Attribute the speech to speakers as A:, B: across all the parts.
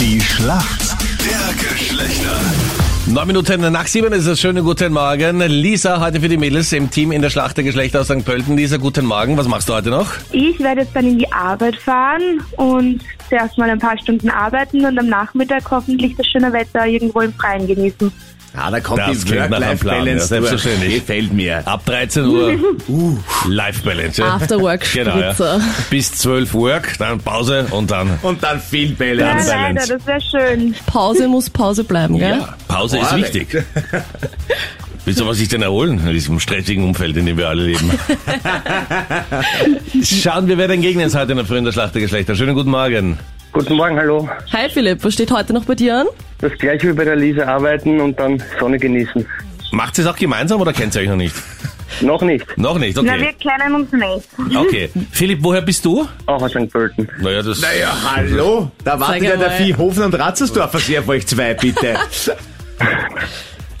A: Schlacht der Geschlechter.
B: Neun Minuten nach sieben ist es. Schönen guten Morgen. Lisa, heute für die Mädels im Team in der Schlacht der Geschlechter aus St. Pölten. Lisa, guten Morgen. Was machst du heute noch?
C: Ich werde jetzt dann in die Arbeit fahren und zuerst mal ein paar Stunden arbeiten und am Nachmittag hoffentlich das schöne Wetter irgendwo im Freien genießen.
D: Ah, da kommt
B: Das
D: die
B: klingt nach einem Plan, ja,
D: Work-Life-Balance durch.
B: selbstverständlich.
D: Gefällt mir.
B: Ab 13 Uhr uh, Life Balance. ja. Genau, ja.
E: Afterwork-Spritzer.
B: Bis 12 Work, dann Pause und dann
D: Und dann viel
C: Ja,
D: Balance.
B: Balance.
C: leider, das wäre schön.
E: Pause muss Pause bleiben, gell?
B: ja, Pause ist
D: Boah,
B: wichtig. Willst du was sich denn erholen in diesem stressigen Umfeld, in dem wir alle leben? Schauen wir, wer denn gegen uns heute in der Früh in der Schlacht der Geschlechter. Schönen guten Morgen.
F: Guten Morgen, hallo.
E: Hi Philipp, was steht heute noch bei dir an?
F: Das gleiche wie bei der Lisa arbeiten und dann Sonne genießen.
B: Macht ihr es auch gemeinsam oder kennt ihr euch noch nicht?
F: Noch nicht,
B: Noch nicht,
C: Na, wir
B: okay.
C: kennen uns nicht.
B: Okay. Philipp, woher bist du?
F: auch aus St. Pölten.
B: Naja, das
D: Naja, hallo. Da wartet ja der
E: einmal.
D: Viehhofen und Ratzersdorfer sehr auf euch zwei, bitte.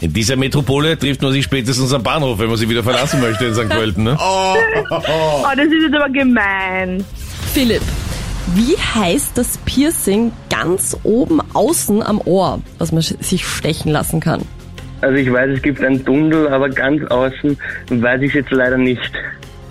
B: in dieser Metropole trifft man sich spätestens am Bahnhof, wenn man sie wieder verlassen möchte in St. Pölten. Ne?
D: Oh,
C: Oh, das ist jetzt aber gemein.
E: Philipp, wie heißt das Piercing ganz oben außen am Ohr, was man sch- sich stechen lassen kann?
F: Also ich weiß, es gibt einen Tunnel, aber ganz außen weiß ich es jetzt leider nicht.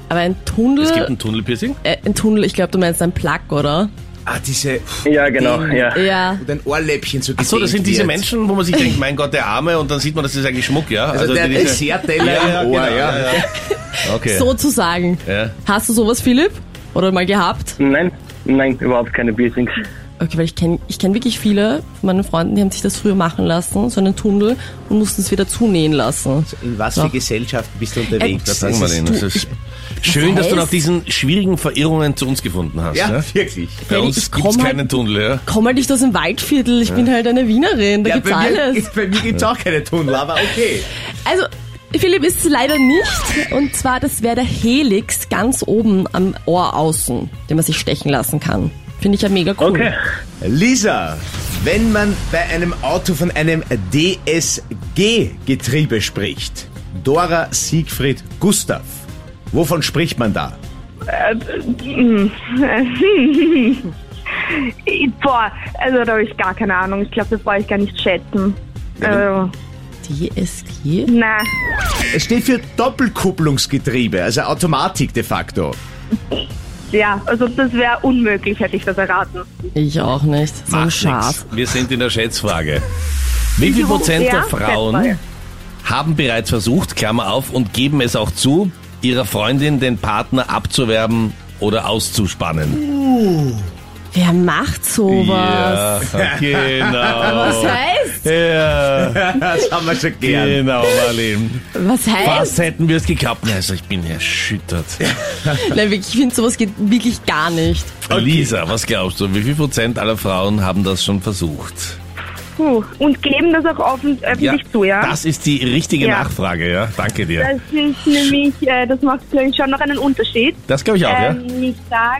E: Aber ein Tunnel,
B: Es gibt ein Tunnelpiercing.
E: äh, ein Tunnel, ich glaube, du meinst ein Plug, oder?
D: ah, diese,
F: Ja, genau, ja.
E: Ja.
D: dein Ohrläppchen so
B: Ach so, das sind
D: gedehnt
B: diese
D: wird.
B: Menschen, wo man sich denkt, mein Gott, der Arme, und dann sieht man, das ist eigentlich Schmuck, ja?
D: Also, der
B: diese-
D: Dessertteller
B: Ja, ja,
D: im Ohr,
B: genau,
D: ja.
B: ja, Okay.
E: Sozusagen.
B: Ja.
E: Hast du sowas, Philipp? Oder mal gehabt?
F: Nein, nein, überhaupt keine Piercings.
E: Okay, weil ich kenne ich kenn wirklich viele von meinen Freunden, die haben sich das früher machen lassen, so einen Tunnel, und mussten es wieder zunähen lassen.
D: In was für Gesellschaften bist du unterwegs?
B: Das sagen wir denen.
E: du,
B: Das ist
E: ich-
B: schön, dass du
E: heißt-
B: nach diesen schwierigen Verirrungen zu uns gefunden hast.
D: Ja,
B: ne?
D: wirklich.
B: Bei
E: Freddy,
B: uns
E: ich
B: gibt's
E: komm halt-
B: keinen Tunnel, ja?
E: Komm halt nicht aus dem Waldviertel, ich bin halt eine Wienerin, da
D: Ja,
E: gibt's
D: bei, mir,
E: alles.
D: bei mir gibt's auch keine Tunnel, aber okay.
E: Also, Philipp ist es leider nicht. Und zwar, das wäre der Helix ganz oben am Ohr außen, den man sich stechen lassen kann. Finde ich ja mega cool.
F: Okay.
D: Lisa, wenn man bei einem Auto von einem DSG-Getriebe spricht, Dora Siegfried Gustav, wovon spricht man da?
C: Ich- Boah, also da habe ich gar keine Ahnung. Ich glaube, das brauche ich gar nicht schätzen. Also,
E: DSG?
C: na,
D: Es steht für Doppelkupplungsgetriebe, also Automatik de facto.
C: ja, also das wäre unmöglich, hätte ich das erraten.
E: Ich auch nicht. So
B: Macht nix.
E: scharf.
B: Wir sind in der Schätzfrage. Wie viel Prozent
C: Ja,
B: der Frauen
C: Schätzfrage.
B: haben bereits versucht, Klammer auf, und geben es auch zu, ihrer Freundin den Partner abzuwerben oder auszuspannen?
E: Wer macht
C: Oh,
E: sowas?
B: Ja, genau.
E: Was heißt?
B: Ja,
D: Das haben wir schon gern.
B: genau, Marlene.
E: Was
C: Äh?
E: heißt?
B: Was hätten wir es gekappt? Also ich bin erschüttert.
E: Nein, wirklich, ich finde sowas geht wirklich gar nicht.
B: Lisa, was glaubst du? Wie viel Prozent aller Frauen haben das schon versucht?
C: Puh, und geben das auch offen, öffentlich zu, ja?
B: Das ist die richtige
C: Ja.
B: Nachfrage, ja. Danke dir.
C: Das ist nämlich, äh, das macht vielleicht schon noch einen Unterschied.
B: Das glaube ich auch, ja.
C: Ähm, ich sag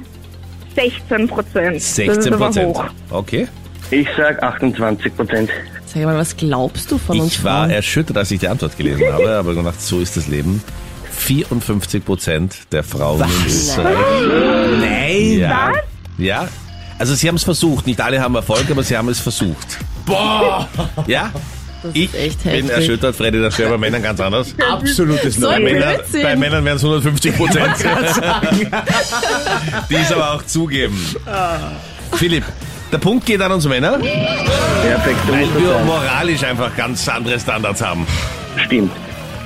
C: 16 Prozent.
B: 16 Prozent. Okay.
F: Ich sag 28 Prozent.
E: Sag mal, was glaubst du von uns
B: Ich war
E: Frauen?
B: erschüttert, als ich die Antwort gelesen habe, aber gedacht, so ist das Leben. 54 Prozent der Frauen in Österreich.
D: Nein.
B: Ja. ja. Also sie haben es versucht. Nicht alle haben Erfolg, aber sie haben es versucht.
D: Boah,
B: Ja?
E: Das
B: Ich
E: ist echt
B: bin
E: heftig.
B: erschüttert, Freddy, das wäre bei Männern ganz anders.
D: absolutes
E: So
B: Bei
E: ein
B: Männern,
E: Blödsinn.
B: bei Männern wären es 150 Prozent. Die es aber auch zugeben.
E: Ah.
B: Philipp, der Punkt geht an uns Männer,
F: Perfekt, so muss
B: weil wir
F: das
B: moralisch einfach ganz andere Standards haben.
F: sein. Stimmt.